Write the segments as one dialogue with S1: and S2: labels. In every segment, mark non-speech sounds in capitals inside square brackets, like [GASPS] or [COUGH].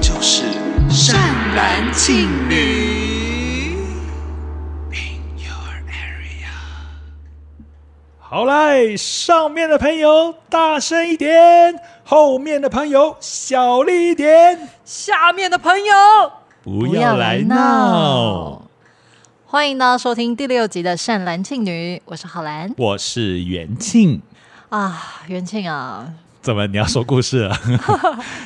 S1: 就是善男信女。
S2: 好嘞，上面的朋友大声一点，后面的朋友小力一点，
S3: 下面的朋友，
S2: 不
S3: 闹！欢迎大家收听第六集的《善男信女》，我是好兰
S2: 我是元庆，
S3: 啊，元庆啊，
S2: 怎么你要说故事了？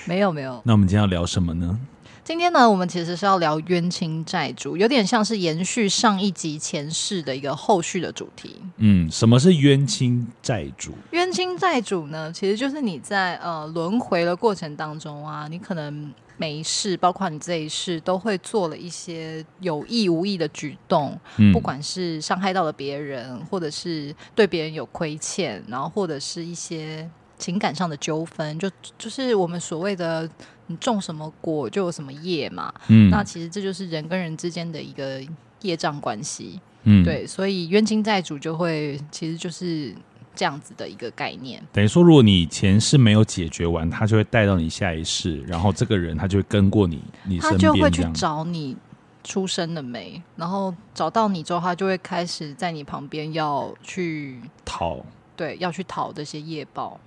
S3: 没有没有，
S2: [LAUGHS] 那我们今天要聊什么呢？
S3: 今天呢，我们其实是要聊冤亲债主，有点像是延续上一集前世的一个后续的主题。
S2: 嗯，什么是冤亲债主？
S3: 冤亲债主呢，其实就是你在呃轮回的过程当中啊，你可能每一世，包括你这一世，都会做了一些有意无意的举动，
S2: 嗯
S3: 不管是伤害到了别人，或者是对别人有亏欠，然后或者是一些情感上的纠纷，就就是我们所谓的你种什么果就有什么业嘛。
S2: 嗯
S3: 那其实这就是人跟人之间的一个业障关系。
S2: 嗯，
S3: 对，所以冤亲债主就会其实就是这样子的一个概念。
S2: 等于说，如果你前世没有解决完，他就会带到你下一世，然后这个人他就会跟过你，你
S3: 他
S2: 身
S3: 就会
S2: 边这
S3: 去
S2: 样。
S3: 找你出生了没，然后找到你之后，他就会开始在你旁边要去
S2: 讨。
S3: 对要去讨这些业报。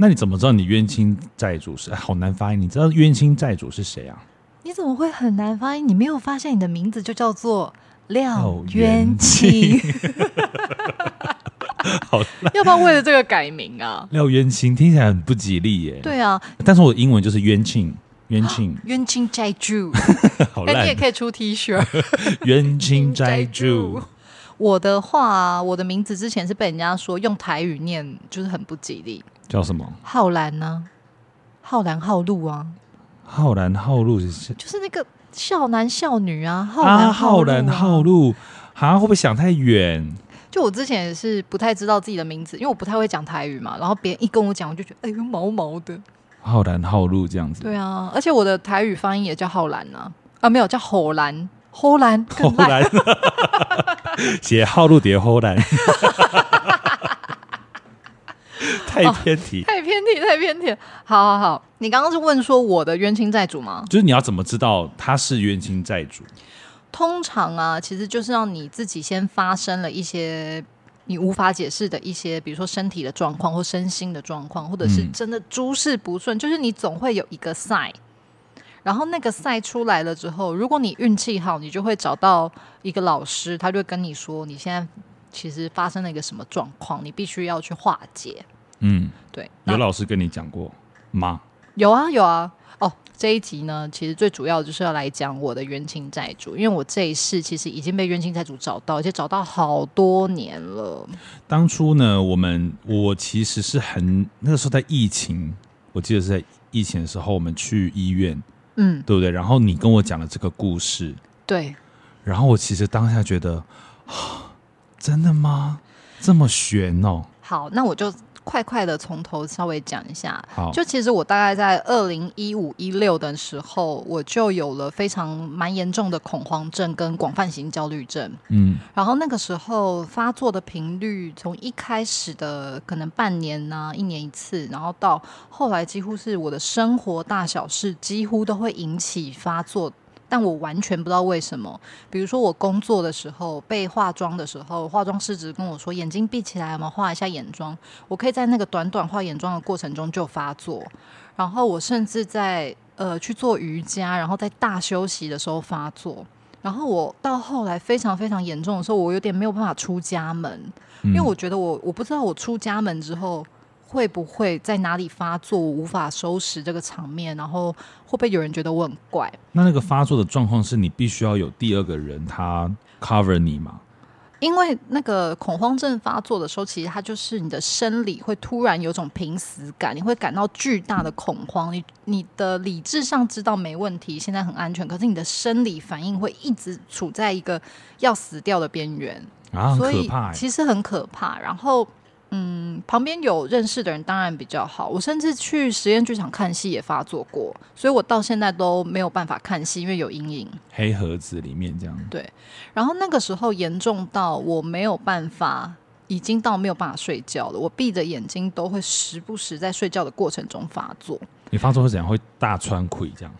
S2: 那你怎么知道你冤亲债主是？哎好难发音。你知道冤亲债主是谁啊？
S3: 你怎么会很难发音？你没有发现你的名字就叫做廖
S2: 廖
S3: 元
S2: 元
S3: 庆
S2: 庆？
S3: [LAUGHS]
S2: [LAUGHS] 好，
S3: 要不要为了这个改名
S2: [LAUGHS]
S3: 啊？
S2: 廖冤亲听起来很不吉利耶。，
S3: 对啊，
S2: 但是我的英文就是冤庆，冤庆
S3: 冤亲债主，
S2: 好
S3: [LAUGHS] 哎，你也
S2: 烂。
S3: 可以出 T 恤。 [LAUGHS]
S2: 冤亲债主，
S3: 我的话、啊我的名字之前是被人家说用台语念就是很不吉利，
S2: 叫什么？
S3: 浩然呢、浩然浩路啊，
S2: 浩然浩路是
S3: 就是那个少男少女啊，浩然
S2: 啊，
S3: 浩
S2: 浩
S3: 路啊
S2: 然浩路，啊，会不会想太远？
S3: 就我之前也是不太知道自己的名字，因为我不太会讲台语嘛，然后别人一跟我讲，我就觉得哎呦毛毛的。
S2: 浩然浩路这样子。
S3: 对啊，而且我的台语发音也叫浩然啊，啊没有叫吼兰，吼
S2: [LAUGHS]
S3: 兰
S2: 后
S3: 更烂。
S2: 来
S3: [LAUGHS]
S2: 写号路蝶后来，太偏题。
S3: 太偏题，太偏题。好好好，你刚刚是问说我的冤亲债主吗？
S2: 就是你要怎么知道他是冤亲债主？
S3: 通常啊，其实就是让你自己先发生了一些你无法解释的一些，比如说身体的状况或身心的状况，或者是
S2: 嗯
S3: 真的诸事不顺，就是你总会有一个赛。然后那个赛出来了之后，如果你运气好，你就会找到一个老师，他就会跟你说你现在其实发生了一个什么状况，你必须要去化解。
S2: 嗯，
S3: 对，那
S2: 有老师跟你讲过吗？
S3: 有啊，有啊。哦，这一集呢，其实最主要就是要来讲我的冤亲债主，因为我这一世其实已经被冤亲债主找到，而且找到好多年了。
S2: 当初呢，我们我其实是很那个时候在疫情，我记得是在疫情的时候，我们去医院，
S3: 嗯，
S2: 对不对？然后你跟我讲了这个故事，
S3: 对，
S2: 然后我其实当下觉得，啊真的吗？这么悬哦？
S3: 好，那我就快快的从头稍微讲一下。
S2: 好，
S3: 就其实我大概在二零一五一六的时候，我就有了非常蛮严重的恐慌症跟广泛型焦虑症。
S2: 嗯
S3: 然后那个时候发作的频率，从一开始的可能半年呐、一年一次，然后到后来几乎是我的生活大小事几乎都会引起发作，但我完全不知道为什么。比如说我工作的时候被化妆的时候，化妆师只跟我说眼睛闭起来，我们画一下眼妆。我可以在那个短短画眼妆的过程中就发作，然后我甚至在呃去做瑜伽，然后在大休息的时候发作。然后我到后来非常非常严重的时候，我有点没有办法出家门，因为我觉得我我不知道我出家门之后会不会在哪里发作，我无法收拾这个场面，然后会不会有人觉得我很怪？
S2: 那那个发作的状况是你必须要有第二个人他 cover 你嘛？
S3: 因为那个恐慌症发作的时候，其实它就是你的生理会突然有种濒死感，你会感到巨大的恐慌。你你的理智上知道没问题，现在很安全，可是你的生理反应会一直处在一个要死掉的边缘。
S2: 啊，很
S3: 所
S2: 可
S3: 以
S2: 怕、欸。
S3: 其实很可怕。然后，嗯，旁边有认识的人当然比较好。我甚至去实验剧场看戏也发作过，所以我到现在都没有办法看戏，因为有阴影。
S2: 黑盒子里面这样，
S3: 然后那个时候严重到我没有办法，已经到没有办法睡觉了。我闭着眼睛都会时不时在睡觉的过程中发作。
S2: 你发作会怎样？会大穿溃这样？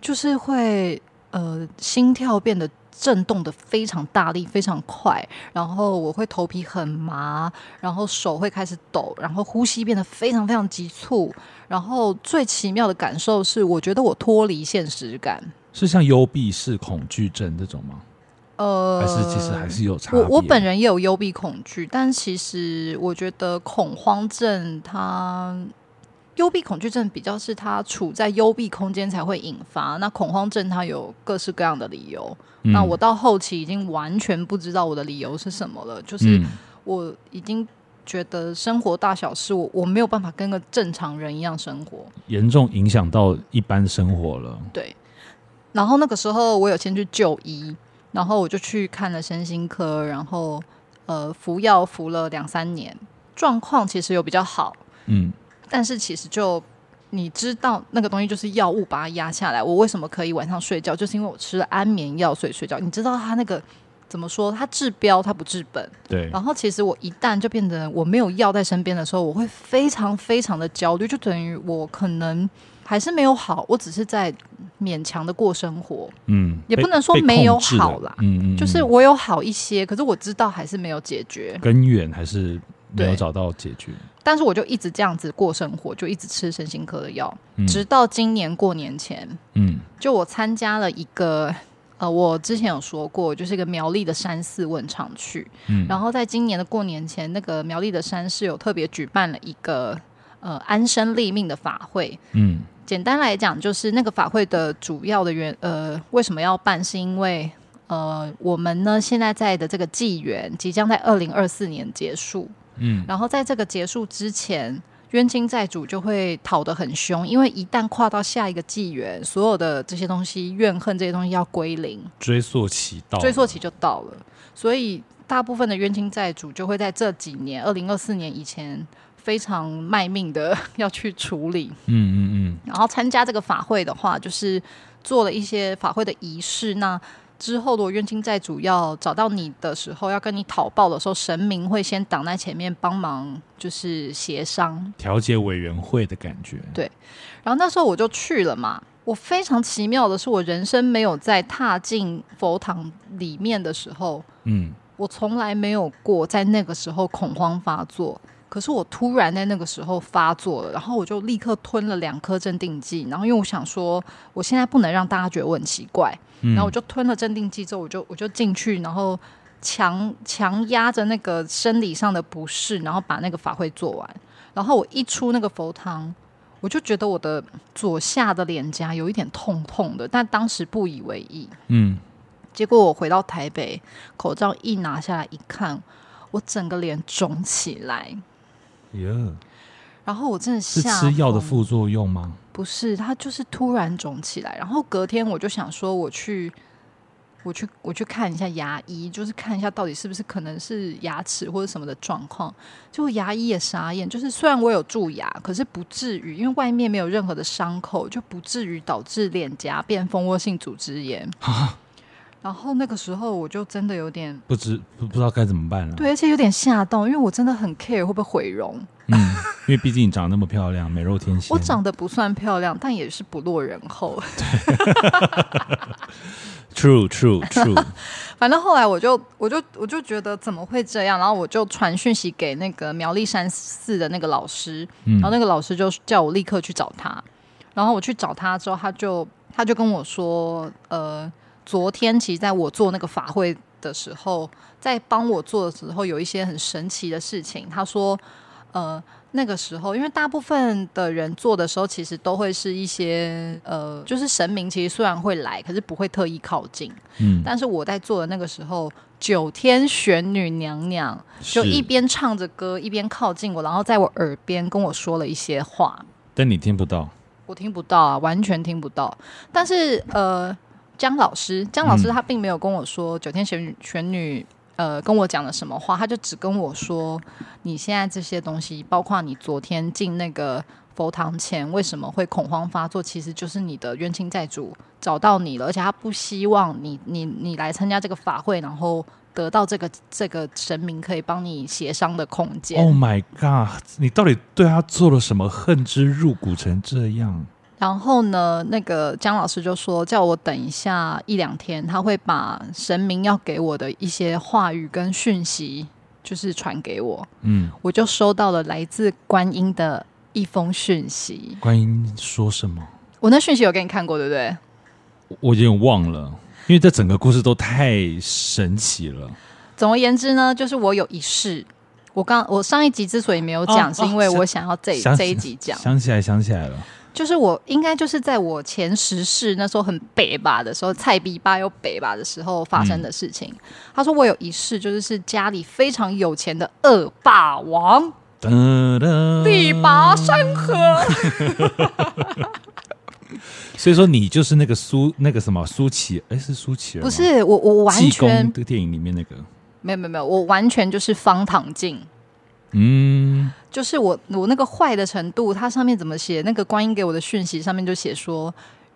S3: 就是会呃心跳变得震动的非常大力、非常快，然后我会头皮很麻，然后手会开始抖，然后呼吸变得非常非常急促，然后最奇妙的感受是，我觉得我脱离现实感。
S2: 是像幽闭式恐惧症这种吗？
S3: 呃，
S2: 还是其实还是有差别？
S3: 我我本人也有幽闭恐惧，但其实我觉得恐慌症它幽闭恐惧症比较是它处在幽闭空间才会引发，那恐慌症它有各式各样的理由。
S2: 嗯
S3: 那我到后期已经完全不知道我的理由是什么了，就是
S2: 嗯
S3: 我已经觉得生活大小事我我没有办法跟个正常人一样生活。
S2: 严重影响到一般生活了。
S3: 对，然后那个时候我有先去就医，然后我就去看了身心科，然后呃服药服了两三年，状况其实有比较好，
S2: 嗯，
S3: 但是其实就你知道那个东西就是药物把它压下来。我为什么可以晚上睡觉，就是因为我吃了安眠药所以睡觉。你知道它那个怎么说？它治标它不治本。
S2: 对，
S3: 然后其实我一旦就变得我没有药在身边的时候，我会非常非常的焦虑，就等于我可能还是没有好，我只是在勉强的过生活，
S2: 嗯，
S3: 也
S2: 被
S3: 不能说
S2: 被
S3: 没有
S2: 控制了
S3: 好啦
S2: 嗯嗯，
S3: 就是
S2: 嗯
S3: 我有好一些，可是我知道还是没有解决，
S2: 根源还是没有
S3: 对
S2: 找到解决。
S3: 但是我就一直这样子过生活，就一直吃身心科的药，
S2: 嗯
S3: 直到今年过年前，
S2: 嗯
S3: 就我参加了一个。呃，我之前有说过，就是一个苗栗的山寺问场去，
S2: 嗯，
S3: 然后在今年的过年前，那个苗栗的山是有特别举办了一个呃安身立命的法会。
S2: 嗯
S3: 简单来讲，就是那个法会的主要的原呃为什么要办，是因为呃我们呢现在在的这个纪元即将在二零二四年结束，
S2: 嗯
S3: 然后在这个结束之前。冤亲债主就会讨得很凶，因为一旦跨到下一个纪元，所有的这些东西、怨恨这些东西要归零。
S2: 追溯其道，
S3: 追溯期就到了，所以大部分的冤亲债主就会在这几年，二零二四年以前非常卖命的 [LAUGHS] 要去处理。
S2: 嗯嗯
S3: 然后参加这个法会的话，就是做了一些法会的仪式。那之后，如果冤亲债主要找到你的时候，要跟你讨报的时候，神明会先挡在前面帮忙，就是协商
S2: 嗯，。调解委员会的感觉。
S3: 然后那时候我就去了嘛。我非常奇妙的是，我人生没有在踏进佛堂里面的时候，
S2: 嗯，
S3: 我从来没有过在那个时候恐慌发作，可是我突然在那个时候发作了，然后我就立刻吞了两颗镇定剂，然后因为我想说，我现在不能让大家觉得我很奇怪，
S2: 嗯
S3: 然后我就吞了镇定剂之后，我就我就进去，然后强强压着那个生理上的不适，然后把那个法会做完，然后我一出那个佛堂。我就觉得我的左下的脸颊有一点痛痛的，但当时不以为意。
S2: 嗯，
S3: 结果我回到台北，口罩一拿下来一看，我整个脸肿起来，
S2: 耶，
S3: 然后我真的
S2: 是
S3: 吓
S2: 吃药的
S3: 疯
S2: 副作用吗？
S3: 不是，它就是突然肿起来，然后隔天我就想说我去。我去，我去看一下牙医，就是看一下到底是不是可能是牙齿或者什么的状况。结果牙医也傻眼，就是虽然我有蛀牙，可是不至于，因为外面没有任何的伤口，就不至于导致脸颊变蜂窝性组织炎。 [LAUGHS] 然后那个时候我就真的有点
S2: 不知不不知道该怎么办啊了。
S3: 对，而且有点吓到，因为我真的很 care 会不会毁容。
S2: 嗯，因为毕竟你长得那么漂亮，美若天仙。
S3: 我长得不算漂亮，但也是不落人后。
S2: true true
S3: [LAUGHS]
S2: true，
S3: 反正后来我就我就我就觉得怎么会这样，然后我就传讯息给那个苗栗山寺的那个老师，
S2: 嗯
S3: 然后那个老师就叫我立刻去找他。然后我去找他之后，他就他就跟我说，呃，昨天其实在我做那个法会的时候，在帮我做的时候，有一些很神奇的事情。他说，呃，那个时候，因为大部分的人做的时候，其实都会是一些呃，就是神明其实虽然会来，可是不会特意靠近。
S2: 嗯，
S3: 但是我在做的那个时候，九天玄女娘娘就是一边唱着歌，一边靠近我，然后在我耳边跟我说了一些话，
S2: 但你听不到，
S3: 我听不到啊，完全听不到。但是呃，姜老师，姜老师
S2: 嗯
S3: 他并没有跟我说九天玄女玄女。呃，跟我讲了什么话？他就只跟我说，你现在这些东西，包括你昨天进那个佛堂前为什么会恐慌发作，其实就是你的冤亲债主找到你了，而且他不希望你你你来参加这个法会，然后得到这个这个神明可以帮你协商的空间。
S2: Oh my god！你到底对他做了什么恨之入骨成这样？
S3: 然后呢，那个姜老师就说叫我等一下一两天，他会把神明要给我的一些话语跟讯息，就是传给我。
S2: 嗯，
S3: 我就收到了来自观音的一封讯息。
S2: 观音说什么？
S3: 我那讯息有给你看过，对不对？
S2: 我我有点忘了，因为这整个故事都太神奇了。
S3: 总而言之呢，就是我有一事。我刚我上一集之所以没有讲，
S2: 哦
S3: 是因为
S2: 哦
S3: 我想要这、
S2: 想
S3: 这一集讲。
S2: 想起来，想起来了。
S3: 就是我应该就是在我前十世那时候很北吧的时候，菜逼吧又北吧的时候发生的事情。他说我有一世就是是家里非常有钱的恶霸王，
S2: 噔噔，
S3: 力拔山
S2: [LAUGHS]
S3: 河。
S2: 所以说你就是那个苏那个什么苏乞，哎，是苏乞儿吗
S3: 不是我我完
S2: 济
S3: 全
S2: 公的电影里面那个，
S3: 没有没有没有，我完全就是方唐镜。
S2: 嗯，
S3: 就是我我那个坏的程度，它上面怎么写？那个观音给我的讯息上面就写说，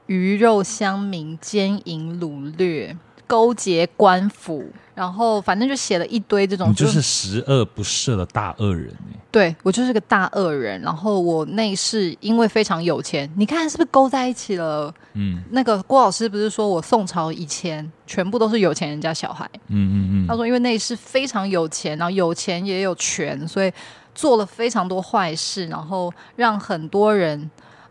S3: 鱼肉乡民奸淫掳掠，勾结官府，然后反正就写了一堆这种，
S2: 你就是十恶不赦的大恶人哎、
S3: 对我就是个大恶人。然后我内侍因为非常有钱，你看是不是勾在一起了？
S2: 嗯
S3: 那个郭老师不是说我宋朝以前全部都是有钱人家小孩，
S2: 嗯嗯
S3: 他
S2: 嗯，
S3: 说因为内侍非常有钱，然后有钱也有权，所以做了非常多坏事，然后让很多人。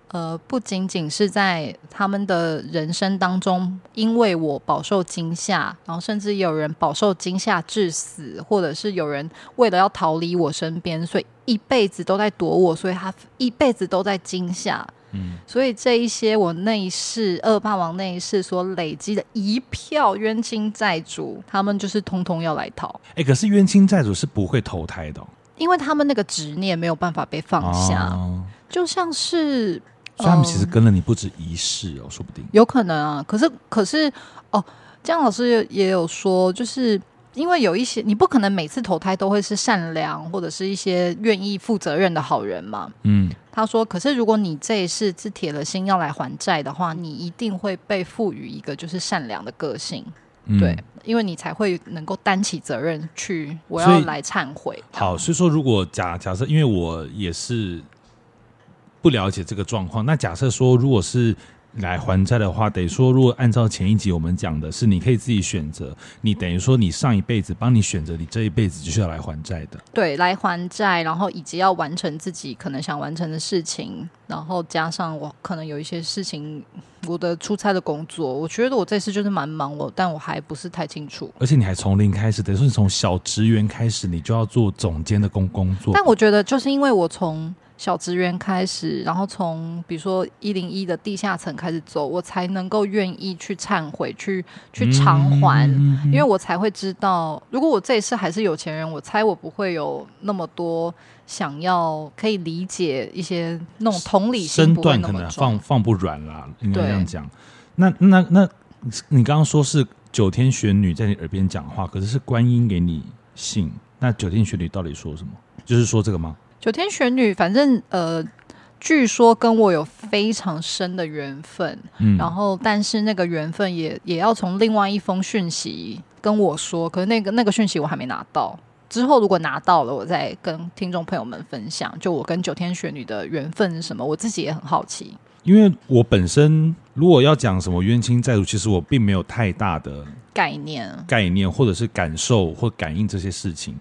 S3: 呃，不仅仅是在他们的人生当中，因为我饱受惊吓，然后甚至也有人饱受惊吓致死，或者是有人为了要逃离我身边，所以一辈子都在躲我，所以他一辈子都在惊吓。
S2: 嗯，
S3: 所以这一些我那一世恶霸王那一世所累积的一票冤亲债主，他们就是通通要来逃，
S2: 哎、可是冤亲债主是不会投胎的、哦，
S3: 因为他们那个执念没有办法被放下，
S2: 哦
S3: 就像是
S2: 所以他们其实
S3: 嗯
S2: 跟了你不止一世哦，说不定。
S3: 有可能啊，可是可是哦，姜老师也也有说，就是因为有一些你不可能每次投胎都会是善良或者是一些愿意负责任的好人嘛。
S2: 嗯，
S3: 他说，可是如果你这一世是铁了心要来还债的话，你一定会被赋予一个就是善良的个性，
S2: 嗯
S3: 对，因为你才会能够担起责任去，我
S2: 所
S3: 要
S2: 以
S3: 来忏悔。
S2: 好，所以说如果假假设，因为我也是不了解这个状况，那假设说如果是来还债的话，等于说如果按照前一集我们讲的是，你可以自己选择，你等于说你上一辈子帮你选择，你这一辈子就是要来还债的。
S3: 对，来还债，然后以及要完成自己可能想完成的事情，然后加上我可能有一些事情，我的出差的工作，我觉得我这次就是蛮忙我，但我还不是太清楚。
S2: 而且你还从零开始，等于说你从小职员开始，你就要做总监的工工作。
S3: 但我觉得就是因为我从小职员开始，然后从比如说一零一的地下层开始走，我才能够愿意去忏悔，去去偿还。
S2: 嗯
S3: 因为我才会知道，如果我这一次还是有钱人，我猜我不会有那么多想要可以理解一些那种同理心
S2: 身
S3: 不会
S2: 段
S3: 那
S2: 可
S3: 么
S2: 能放
S3: 重。
S2: 放不软啦，应该
S3: 对
S2: 这样讲。那那那，你刚刚说是九天玄女在你耳边讲话，可是是观音给你信，那九天玄女到底说什么？就是说这个吗？
S3: 九天玄女，反正呃，据说跟我有非常深的缘分，
S2: 嗯，
S3: 然后但是那个缘分也也要从另外一封讯息跟我说，可是那个那个讯息我还没拿到。之后如果拿到了，我再跟听众朋友们分享，就我跟九天玄女的缘分是什么，我自己也很好奇。
S2: 因为我本身如果要讲什么冤亲债主，其实我并没有太大的
S3: 概念，
S2: 概念或者是感受或感应这些事情。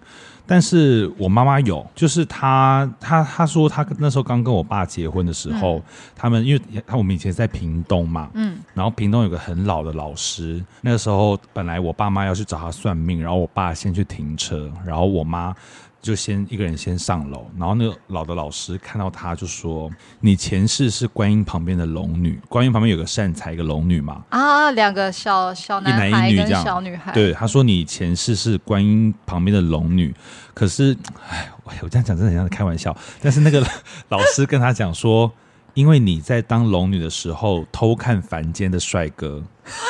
S2: 但是我妈妈有，就是她她她说她那时候刚跟我爸结婚的时候，他们因为她我们以前在屏东嘛，嗯，然后屏东有个很老的老师，那个时候本来我爸妈要去找他算命，然后我爸先去停车，然后我妈就先一个人先上楼，然后那个老的老师看到她就说：“你前世是观音旁边的龙女，观音旁边有个善财，一个龙女嘛，
S3: 啊，两个小小
S2: 一男
S3: 男孩
S2: 一女
S3: 跟
S2: 这样。
S3: 小女孩，
S2: 对，他说你前世是观音旁边的龙女，可是，哎，我我这样讲真的很像在开玩笑。但是那个 [LAUGHS] 老师跟他讲说，因为你在当龙女的时候偷看凡间的帅哥。 [LAUGHS]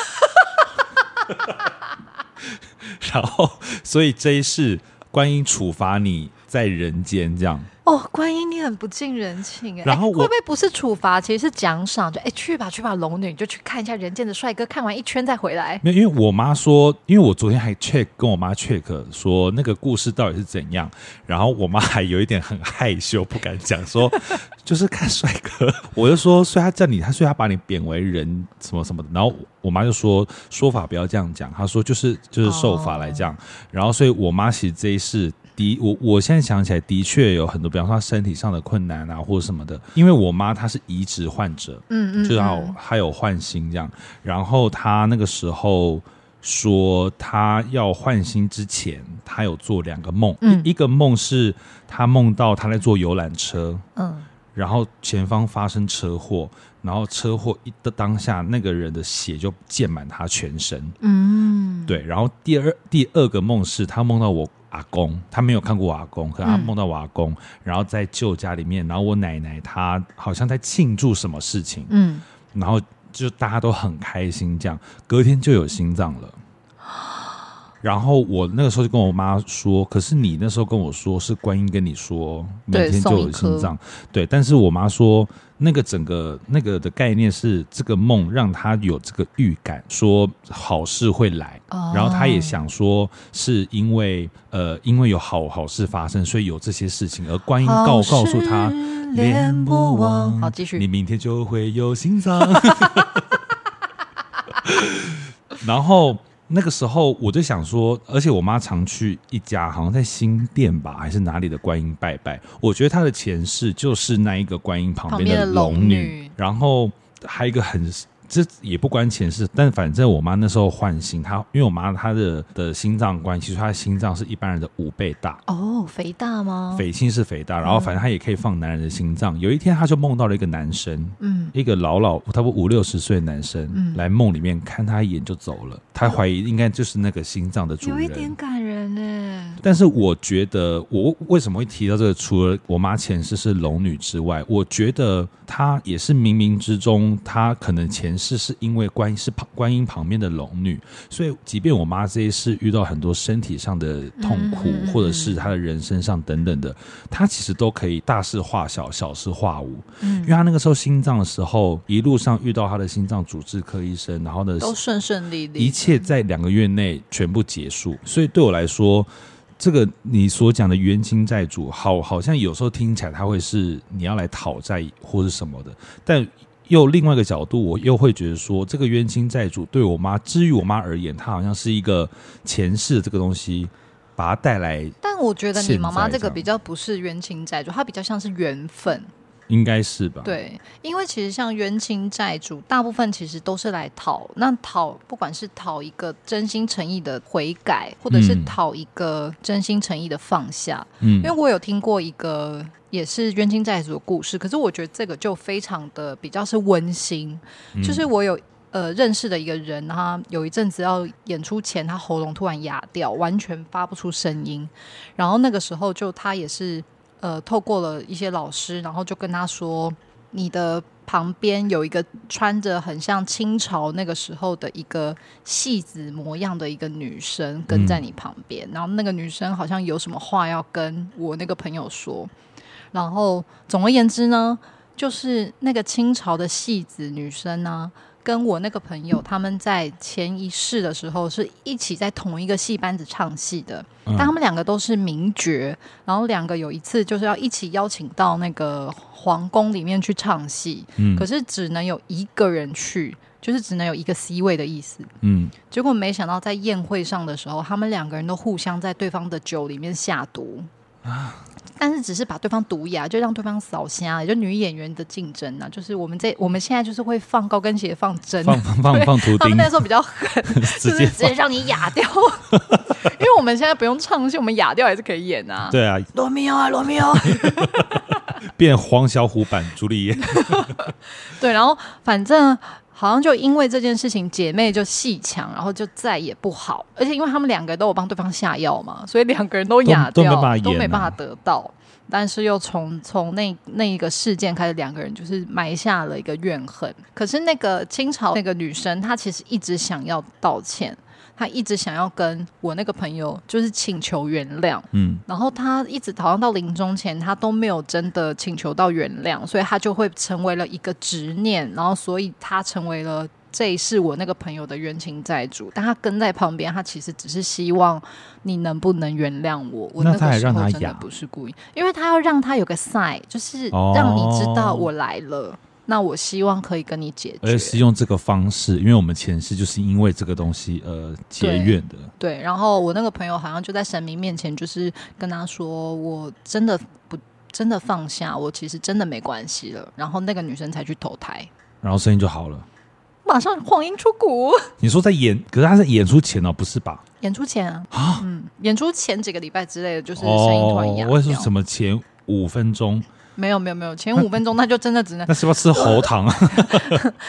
S2: 然后，所以这一世观音处罚你在人间，这样
S3: 哦，观音你很不近人情哎，
S2: 然后
S3: 哎
S2: 我
S3: 会不会不是处罚，其实是奖赏？就哎去吧去吧，龙女就去看一下人间的帅哥，看完一圈再回来。
S2: 没有，因为我妈说，因为我昨天还 check 跟我妈 check 说那个故事到底是怎样，然后我妈还有一点很害羞，不敢讲，说就是看帅哥，我就说，所以她叫你，她所以她把你贬为人什么什么的，然后我妈就说说法不要这样讲，她说就是就是受法来讲，然后所以我妈其实这一世。的我我现在想起来，的确有很多，比方说她身体上的困难啊，或者什么的。因为我妈她是移植患者，
S3: 嗯嗯，
S2: 就
S3: 嗯
S2: 要他有换心这样。然后他那个时候说他要换心之前，他有做两个梦，
S3: 嗯
S2: 一一个梦是他梦到他在坐游览车，
S3: 嗯
S2: 然后前方发生车祸，然后车祸一的当下，那个人的血就溅满他全身。
S3: 嗯，
S2: 对，然后第二第二个梦是他梦到我阿公，他没有看过我阿公，可他
S3: 嗯
S2: 梦到我阿公，然后在舅家里面，然后我奶奶她好像在庆祝什么事情，
S3: 嗯，
S2: 然后就大家都很开心，这样隔天就有心脏
S3: [GASPS]
S2: 了。然后我那个时候就跟我妈说，可是你那时候跟我说是观音跟你说明
S3: 对
S2: 天就
S3: 送一
S2: 有心
S3: 颗
S2: 脏，对。但是我妈说，那个整个那个的概念是这个梦让她有这个预感，说好事会来，
S3: 哦
S2: 然后她也想说是因为呃因为有好好事发生，所以有这些事情，而观音告告诉她
S3: 好事连不忘好继续
S2: 你明天就会有心脏。 [LAUGHS] 然后那个时候我就想说，而且我妈常去一家，好像在新店吧，还是哪里的观音拜拜。我觉得她的前世就是那一个观音旁边的
S3: 旁边的
S2: 龙
S3: 龙
S2: 女
S3: 女，
S2: 然后还有一个很。这也不关前世，但反正我妈那时候换心，她因为我妈她的的心脏关系，所以她的心脏是一般人的五倍大，
S3: 哦，肥大吗？
S2: 匪性是肥
S3: 嗯
S2: 大，然后反正她也可以放男人的心脏。有一天，她就梦到了一个男生，
S3: 嗯，
S2: 一个老老差不多五六十岁的男生、来梦里面看她一眼就走了，她怀疑应该就是那个心脏的主
S3: 有一点
S2: 人。
S3: 感人呢。
S2: 但是我觉得，我为什么会提到这个？除了我妈前世是龙女之外，我觉得她也是冥冥之中，她可能前世是因为观音是旁观音旁边的龙女，所以即便我妈这一世遇到很多身体上的痛苦，
S3: 嗯嗯嗯
S2: 或者是她的人身上等等的，她其实都可以大事化小，小事化无。因
S3: 嗯，
S2: 为他那个时候心脏的时候，一路上遇到他的心脏主治科医生，然后呢，
S3: 都顺顺利利，
S2: 一切在两个月内全部结束。所以对我来说，这个你所讲的冤亲债主，好，好像有时候听起来他会是你要来讨债或是什么的，但又另外一个角度，我又会觉得说，这个冤亲债主对我妈，至于我妈而言，她好像是一个前世的这个东西，把它带来，
S3: 但我觉得你
S2: 现
S3: 妈妈
S2: 在
S3: 这
S2: 这
S3: 个
S2: 样
S3: 比较不是冤情债主，她比较像是缘分。
S2: 应该是吧？。
S3: 对，因为其实像冤亲债主，大部分其实都是来讨，那讨不管是讨一个真心诚意的悔改，或者是
S2: 嗯
S3: 讨一个真心诚意的放下。
S2: 嗯
S3: 因为我有听过一个也是冤亲债主的故事，可是我觉得这个就非常的比较是温馨，
S2: 嗯
S3: 就是我有。呃，认识的一个人，他有一阵子要演出前，他喉咙突然哑掉，完全发不出声音。然后那个时候就他也是呃，透过了一些老师，然后就跟他说，你的旁边有一个穿着很像清朝那个时候的一个戏子模样的一个女生跟在你旁边，然后那个女生好像有什么话要跟我那个朋友说，然后总而言之呢，就是那个清朝的戏子女生呢、跟我那个朋友，他们在前一世的时候是一起在同一个戏班子唱戏的，
S2: 嗯
S3: 但他们两个都是名角，然后两个有一次就是要一起邀请到那个皇宫里面去唱戏，
S2: 嗯
S3: 可是只能有一个人去，就是只能有一个 C 位的意思。
S2: 嗯
S3: 结果没想到在宴会上的时候，他们两个人都互相在对方的酒里面下毒
S2: 啊
S3: 但是只是把对方毒哑，就让对方扫瞎，也就女演员的竞争啊，就是我们这我们现在就是会放高跟鞋放针，
S2: 放放放放图
S3: 他
S2: 钉
S3: 们那，时候比较狠，就是
S2: 接
S3: 直接让你哑掉， [LAUGHS] 因为我们现在不用唱戏，我们哑掉也是可以演啊。
S2: 对啊，
S3: 罗密欧啊，罗密欧。
S2: [LAUGHS] 变黄小虎版朱丽叶。
S3: 对，然后反正好像就因为这件事情，姐妹就戏强，然后就再也不好。而且因为他们两个都有帮对方下药嘛，所以两个人都哑
S2: 都
S3: 掉，
S2: 都没办法演啊
S3: 办法得到。但是又从从那那一个事件开始，两个人就是埋下了一个怨恨。可是那个清朝那个女生，她其实一直想要道歉，他一直想要跟我那个朋友就是请求原谅，
S2: 嗯，
S3: 然后他一直好像到临终前，他都没有真的请求到原谅，所以他就会成为了一个执念，然后所以他成为了这一世我那个朋友的冤亲债主。但他跟在旁边，他其实只是希望你能不能原谅我。我
S2: 那
S3: 个
S2: 他还
S3: 时
S2: 让
S3: 候
S2: 他
S3: 真的
S2: 哑
S3: 不是故意，因为他要让他有个 sign，就是让你知道
S2: 哦
S3: 我来了。那我希望可以跟你解
S2: 而且
S3: 决，
S2: 是用这个方式，因为我们前世就是因为这个东西呃结
S3: 对
S2: 怨的，
S3: 对，然后我那个朋友好像就在神明面前，就是跟他说，我真的不真的放下，我其实真的没关系了。然后那个女生才去投胎，
S2: 然后声音就好了。
S3: 马上黄莺出谷。
S2: 你说在演，可是他在演出前哦，不是吧？
S3: 演出前啊，
S2: 啊
S3: 嗯，演出前几个礼拜之类的，就是声音突然
S2: 哦
S3: 哑，
S2: 我也
S3: 掉
S2: 是什么前五分钟，
S3: 没有没有没有，前五分钟他就真的只能
S2: 那是不是吃喉糖啊？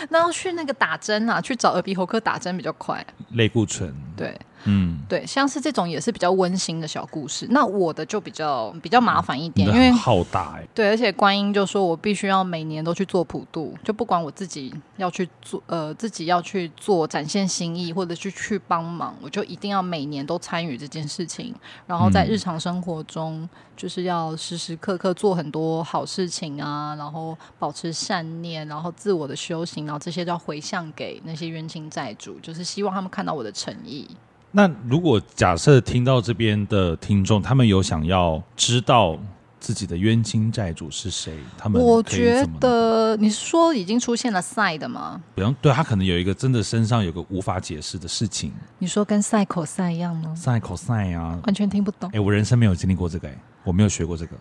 S3: 那要去那个打针啊，去找耳鼻喉科打针比较快。
S2: [LAUGHS] 类固醇，
S3: 对
S2: 嗯，
S3: 对，像是这种也是比较温馨的小故事。那我的就比较比较麻烦一
S2: 你
S3: 点，
S2: 的
S3: 因为
S2: 很浩大哎，
S3: 对，而且观音就说我必须要每年都去做普渡，就不管我自己要去做，呃，自己要去做展现心意，或者去去帮忙，我就一定要每年都参与这件事情。然后在
S2: 嗯
S3: 日常生活中，就是要时时刻刻做很多好事情啊，然后保持善念，然后自我的修行，然后这些都要回向给那些冤亲债主，就是希望他们看到我的诚意。
S2: 那如果假设听到这边的听众，他们有想要知道自己的冤亲债主是谁，他们
S3: 我
S2: 可以
S3: 觉
S2: 怎么
S3: 得你是说已经出现了赛的吗？
S2: 比方对他可能有一个真的身上有个无法解释的事情
S3: 你说跟赛口赛一样吗？
S2: ，sin cosine 啊，
S3: 完全听不懂
S2: 哎、。我人生没有经历过这个、哎，我没有学过这个，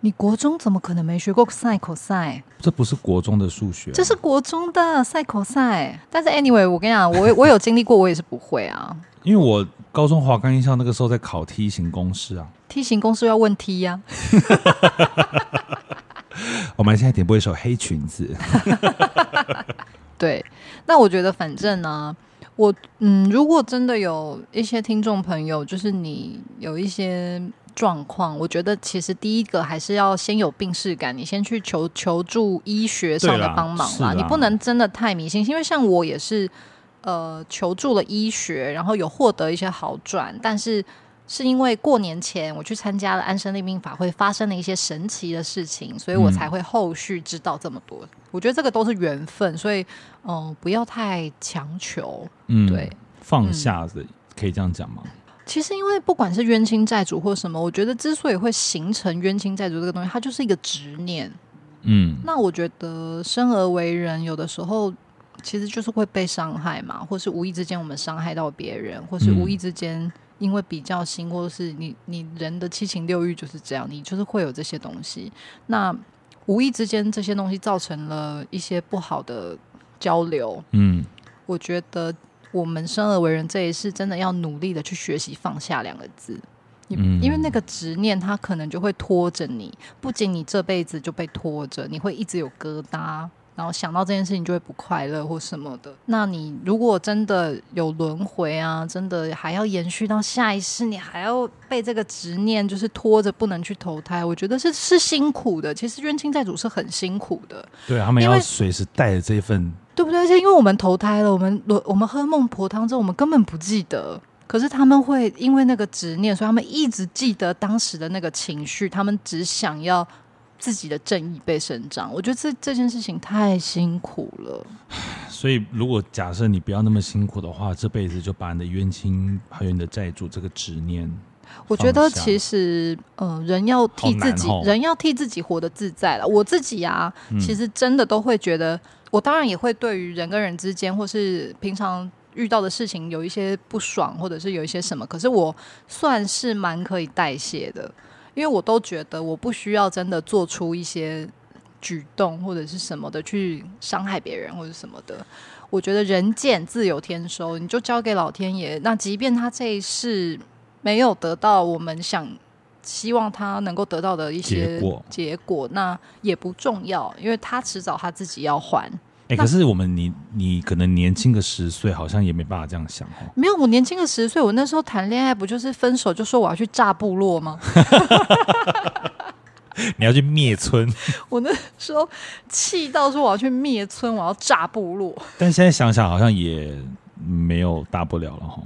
S3: 你国中怎么可能没学过赛口赛？
S2: 这不是国中的数学啊、
S3: 这是国中的赛口赛。但是 anyway，我跟你讲，我我有经历过，我也是不会啊。 [LAUGHS]
S2: 因为我高中华冈印象那个时候在考梯形公式啊，
S3: 梯形公式要问啊梯呀、
S2: 我们现在点播一首《黑裙子》
S3: 对，那我觉得反正呢、我嗯，如果真的有一些听众朋友，就是你有一些状况，我觉得其实第一个还是要先有病视感，你先去求求助医学上
S2: 对
S3: 的
S2: 啦
S3: 帮忙
S2: 是
S3: 啦，
S2: 啦
S3: 你不能真的太迷信，因为像我也是呃求助了医学，然后有获得一些好转，但是。是因为过年前我去参加了安身立命法会，发生了一些神奇的事情，所以我
S2: 嗯
S3: 才会后续知道这么多。我觉得这个都是缘分，所以嗯、呃不要太强求。
S2: 嗯，
S3: 对，嗯
S2: 放下的、可以这样讲吗？
S3: 其实，因为不管是冤亲债主或什么，我觉得之所以会形成冤亲债主这个东西，它就是一个执念。
S2: 嗯，
S3: 那我觉得生而为人，有的时候其实就是会被伤害嘛，或是无意之间我们伤害到别人，或是
S2: 嗯
S3: 无意之间因为比较心，或是你你人的七情六欲就是这样，你就是会有这些东西。那无意之间这些东西造成了一些不好的交流，
S2: 嗯，
S3: 我觉得我们生而为人这一世，真的要努力的去学习放下两个字。你
S2: 嗯
S3: 因为那个执念，它可能就会拖着你，不仅你这辈子就被拖着，你会一直有疙瘩，然后想到这件事情就会不快乐或什么的。那你如果真的有轮回啊，真的还要延续到下一世，你还要被这个执念就是拖着不能去投胎，我觉得是是辛苦的。其实冤亲债主是很辛苦的，
S2: 对啊他们
S3: 因为
S2: 要随时带着这份，
S3: 对不对？而且因为我们投胎了，我们我我们喝孟婆汤之后，我们根本不记得。可是他们会因为那个执念，所以他们一直记得当时的那个情绪，他们只想要自己的正义被伸张。我觉得这这件事情太辛苦了。
S2: 所以如果假设你不要那么辛苦的话，这辈子就把你的冤亲还有你的债主这个执念，
S3: 我觉得
S2: 放下
S3: 其实，呃，人要替自己，
S2: 好难哦嗯
S3: 人要替自己活得自在了。我自己啊，其实真的都会觉得，我当然也会对于人跟人之间，或是平常遇到的事情有一些不爽，或者是有一些什么，可是我算是蛮可以代谢的，因为我都觉得我不需要真的做出一些举动或者是什么的去伤害别人或者什么的。我觉得人贱自有天收，你就交给老天爷。那即便他这一世没有得到我们想希望他能够得到的一些
S2: 结果
S3: 结果那也不重要，因为他迟早他自己要还。
S2: 哎、
S3: 那
S2: 可是我们你你可能年轻个十岁，好像也没办法这样想哦。
S3: 没有，我年轻的十岁，我那时候谈恋爱不就是分手就说我要去炸部落吗？ [LAUGHS]
S2: 你要去灭村，
S3: 我那时候气到说我要去灭村，我要炸部落。
S2: 但现在想想好像也没有大不了了哈。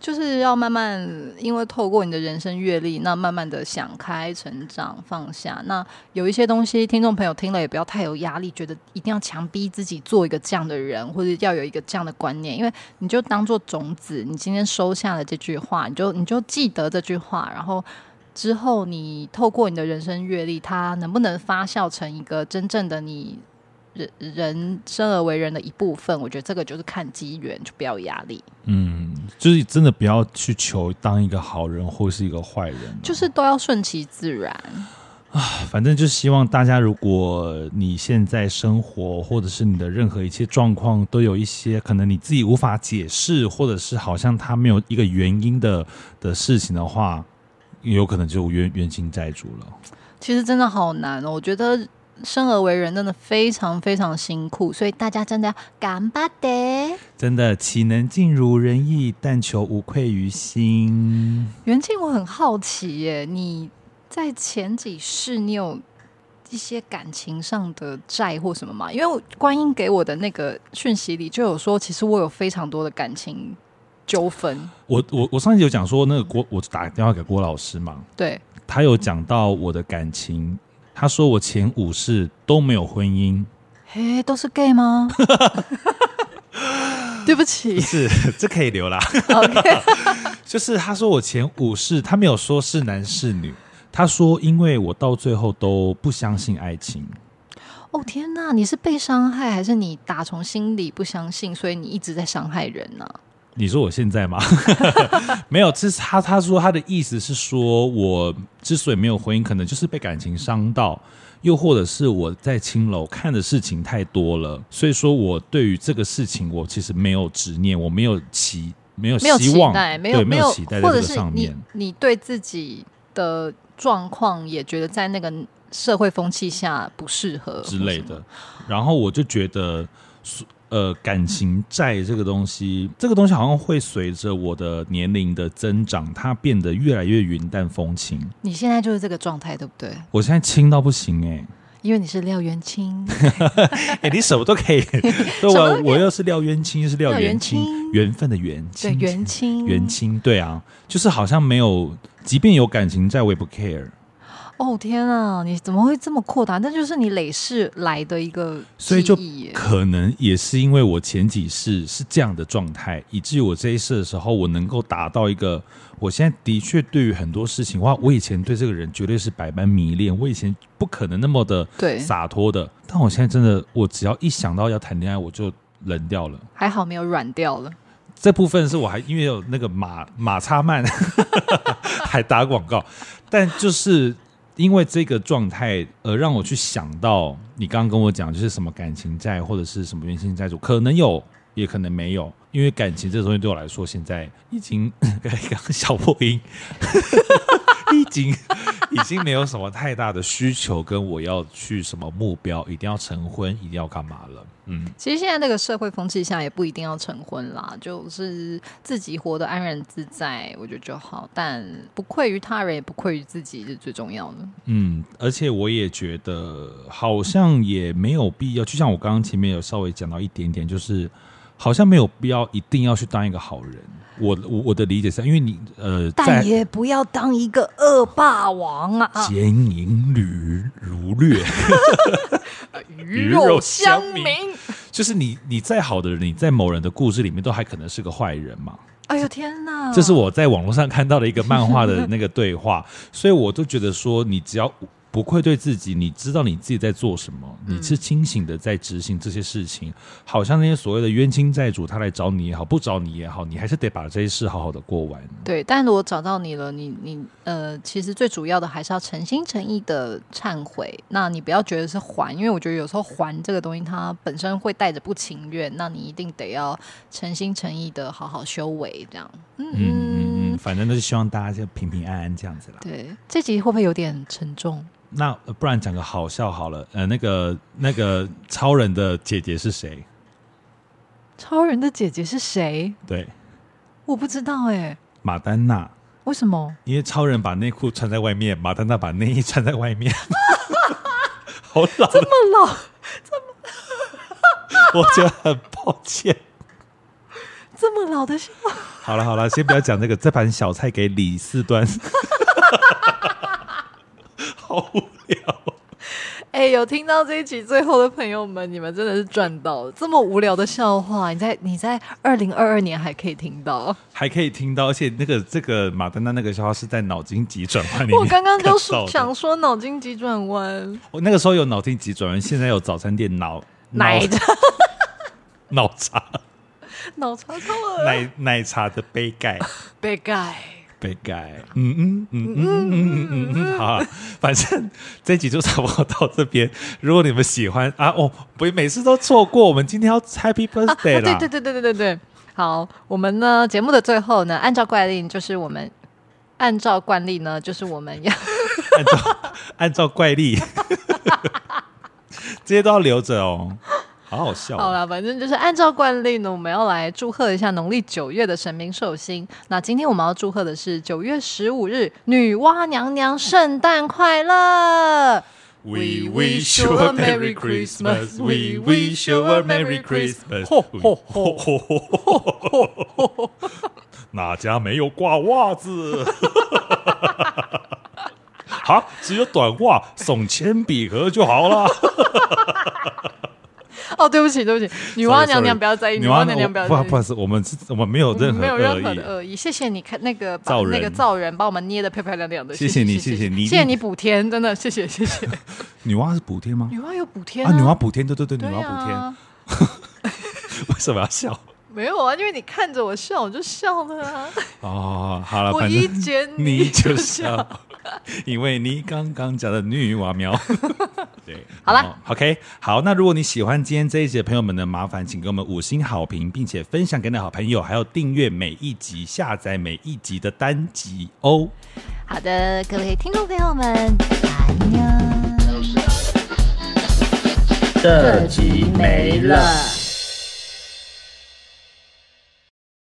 S3: 就是要慢慢，因为透过你的人生阅历，那慢慢的想开、成长、放下。那有一些东西，听众朋友听了也不要太有压力，觉得一定要强逼自己做一个这样的人，或者要有一个这样的观念，因为你就当做种子，你今天收下了这句话，你就你就记得这句话，然后。之后，你透过你的人生阅历，它能不能发酵成一个真正的你人人生而为人的一部分？我觉得这个就是看机缘，就不要有压力。
S2: 嗯，就是真的不要去求当一个好人或是一个坏人啊，
S3: 就是都要顺其自然。
S2: 反正就希望大家，如果你现在生活或者是你的任何一切状况，都有一些可能你自己无法解释，或者是好像它没有一个原因的的事情的话，也有可能就冤冤亲债主了。
S3: 其实真的好难哦，我觉得生而为人真的非常非常辛苦，所以大家真的要干巴得。
S2: 真的，岂能尽如人意，但求无愧于心。
S3: 袁静，我很好奇耶，你在前几世你有一些感情上的债或什么吗？因为我观音给我的那个讯息里就有说，其实我有非常多的感情纠纷。
S2: 我我我上一集有讲说，那个郭，我打电话给郭老师嘛，
S3: 对，
S2: 他有讲到我的感情，他说我前五世都没有婚姻。
S3: 嘿，都是 gay 吗？ [LAUGHS] 对不起
S2: 是， [LAUGHS] 这可以留啦。
S3: ，OK，
S2: [LAUGHS] 就是他说我前五世，他没有说是男是女，他说因为我到最后都不相信爱情，
S3: 哦天哪，你是被伤害，还是你打从心里不相信，所以你一直在伤害人呢、
S2: 你说我现在吗？ [LAUGHS] 没有，这是他他说他的意思是说我之所以没有婚姻，可能就是被感情伤到，又或者是我在青楼看的事情太多了，所以说我对于这个事情我其实没有执念，我没有期没有
S3: 没有
S2: 呃希
S3: 期
S2: 望，
S3: 待，没
S2: 对
S3: 有
S2: 没
S3: 有
S2: 期待，在
S3: 或
S2: 这
S3: 者
S2: 个
S3: 是
S2: 上
S3: 你
S2: 面。
S3: 你对自己的状况也觉得在那个社会风气下不适合
S2: 之
S3: 呃或
S2: 类
S3: 什么
S2: 的。然后我就觉得，呃，感情债这个东西，这个东西好像会随着我的年龄的增长，它变得越来越云淡风轻。
S3: 你现在就是这个状态，对不对？
S2: 我现在轻到不行
S3: 欸
S2: 哎、
S3: 因为你是廖元清，
S2: [LAUGHS] 欸，你什么都
S3: [LAUGHS]
S2: 可以。对
S3: 什么
S2: 我
S3: 都可以
S2: 我又是廖元清，又是廖
S3: 廖
S2: 元
S3: 元
S2: 清，
S3: 清
S2: 缘分的缘，
S3: 对
S2: 清
S3: 元清，
S2: 元。清，对啊，就是好像没有，即便有感情债，我也不 care。
S3: 哦天啊，你怎么会这么扩大？那就是你累世来的一个
S2: 所以就
S3: 记忆耶
S2: 可能也是因为我前几世是这样的状态，以至于我这一世的时候，我能够达到一个，我现在的确对于很多事情，哇，我以前对这个人绝对是百般迷恋，我以前不可能那么的
S3: 对
S2: 洒脱的，但我现在真的，我只要一想到要谈恋爱，我就冷掉了。
S3: 还好没有软掉了。
S2: 这部分是我还因为有那个马马叉曼 [LAUGHS] 还打广告，但就是因为这个状态，呃，让我去想到你刚刚跟我讲，就是什么感情债或者是什么原性债主，可能有，也可能没有，因为感情这东西对我来说，现在已经 [LAUGHS] 刚刚小破音，已经已经没有什么太大的需求，跟我要去什么目标，一定要成婚，一定要干嘛了，嗯。
S3: 其实现在这个社会风气下，也不一定要成婚啦，就是自己活得安然自在，我觉得就好。但不愧于他人，也不愧于自己是最重要的。
S2: 嗯，而且我也觉得好像也没有必要，就像我刚刚前面有稍微讲到一点点，就是好像没有必要一定要去当一个好人。我我我的理解是，因为你呃，在
S3: 但也不要当一个恶霸王啊，
S2: 奸淫掳掳掠，
S3: 鱼
S2: 肉
S3: 肉
S2: 乡
S3: 乡
S2: 民
S3: 民。
S2: [LAUGHS] 就是你你再好的人，你在某人的故事里面都还可能是个坏人嘛。
S3: 哎呦天哪！
S2: 这是我在网络上看到的一个漫画的那个对
S3: [LAUGHS]
S2: 话，所以我都觉得说，你只要不愧对自己，你知道你自己在做什么，
S3: 嗯
S2: 你是清醒的在执行这些事情，好像那些所谓的冤亲债主，他来找你也好，不找你也好，你还是得把这些事好好的过完。
S3: 对，但如果找到你了，你你呃，其实最主要的还是要诚心诚意的忏悔。那你不要觉得是还，因为我觉得有时候还这个东西，它本身会带着不情愿，那你一定得要诚心诚意的好好修为，这样。嗯
S2: 嗯嗯嗯，
S3: 嗯，
S2: 反正都是希望大家就平平安安这样子啦。
S3: 对，这集会不会有点沉重？
S2: 那呃不然讲个好笑好了，呃，那个那个超人的姐姐是谁？
S3: 超人的姐姐是谁？
S2: 对，
S3: 我不知道哎、
S2: 马丹娜。
S3: 为什么？
S2: 因为超人把内裤穿在外面，马丹娜把内衣穿在外面， [LAUGHS] 好老了，
S3: 那老 [LAUGHS]
S2: 我觉得很抱歉。
S3: 这么老的笑话，
S2: 好了好了，先不要讲这个，这盘小菜给李四端， [LAUGHS] 好无聊。
S3: 哎、有听到这一集最后的朋友们，你们真的是赚到了！这么无聊的笑话，你在你在二零二二年还可以听到。
S2: 还可以听到，而且那个这个马丹娜那个笑话是在脑筋急转弯里面
S3: [LAUGHS] 我刚刚就
S2: 看到
S3: 说
S2: 的
S3: 想说脑筋急转弯，
S2: 我那个时候有脑筋急转弯，现在有早餐店脑
S3: 奶
S2: 脑
S3: 茶
S2: [LAUGHS] 脑茶
S3: [LAUGHS] 脑茶超了
S2: 奶奶茶的杯盖
S3: 被盖。
S2: 杯盖，嗯嗯嗯嗯嗯嗯嗯嗯，好啊，反正这一集就差不多到这边。如果你们喜欢啊，哦，不，每次都错过，我们今天要 Happy
S3: 啊，
S2: Birthday
S3: 对
S2: 啦，
S3: 对对对对对对。好，我们呢节目的最后呢，按照惯例就是我们按照惯例呢，就是我们要
S2: 按照按照怪例， [LAUGHS] 这些都要留着哦，好好笑、
S3: 好
S2: 哦。
S3: 了，反正就是按照惯例呢，我们要来祝贺一下农历九月的神明寿星。那今天我们要祝贺的是九月十五日女娲娘娘圣诞快乐。
S2: We wish you a Merry Christmas. We wish you a Merry Christmas. 吼吼吼吼吼吼吼！ [LAUGHS] 哪家没有挂袜子？ [LAUGHS] 好，只有短袜，送铅笔盒就好了。
S3: 哦，对不起，对不起， [LAUGHS] 女娲娘娘不要在意，女娲娘娘不要
S2: 不好
S3: 在意
S2: 不。好意思，我们是我们没有
S3: 我们
S2: 任何
S3: 没有任
S2: 恶
S3: 何
S2: 意
S3: 的。呃恶意，谢谢你看那个把
S2: 造
S3: 那个
S2: 人
S3: 造人把我们捏的漂漂亮亮的，
S2: 谢
S3: 谢
S2: 谢你
S3: 谢
S2: 谢谢你一
S3: 谢谢
S2: 定
S3: 你补天，真的谢谢
S2: [LAUGHS]
S3: 谢谢。
S2: 女娲是补天吗？
S3: 女娲有补天
S2: 啊，女娲补天，对对对，女
S3: 对
S2: 娲补天
S3: 啊，，
S2: [LAUGHS] 为什么要笑？
S3: 没有啊，因为你看着我笑，我就笑了啊。
S2: 哦，好了，
S3: 我
S2: 反
S3: 一
S2: 正 [LAUGHS]
S3: 见
S2: 你就
S3: 笑。
S2: 笑，因为你刚刚讲的女娲
S3: [LAUGHS]
S2: 苗。对，
S3: 好啦
S2: 然后，OK，好，那如果你喜欢今天这一集的朋友们呢，麻烦请给我们五星好评，并且分享给你的好朋友，还有订阅每一集，下载每一集的单集哦。
S3: 好的，各位听众朋友们，安妞，
S4: 这集没了。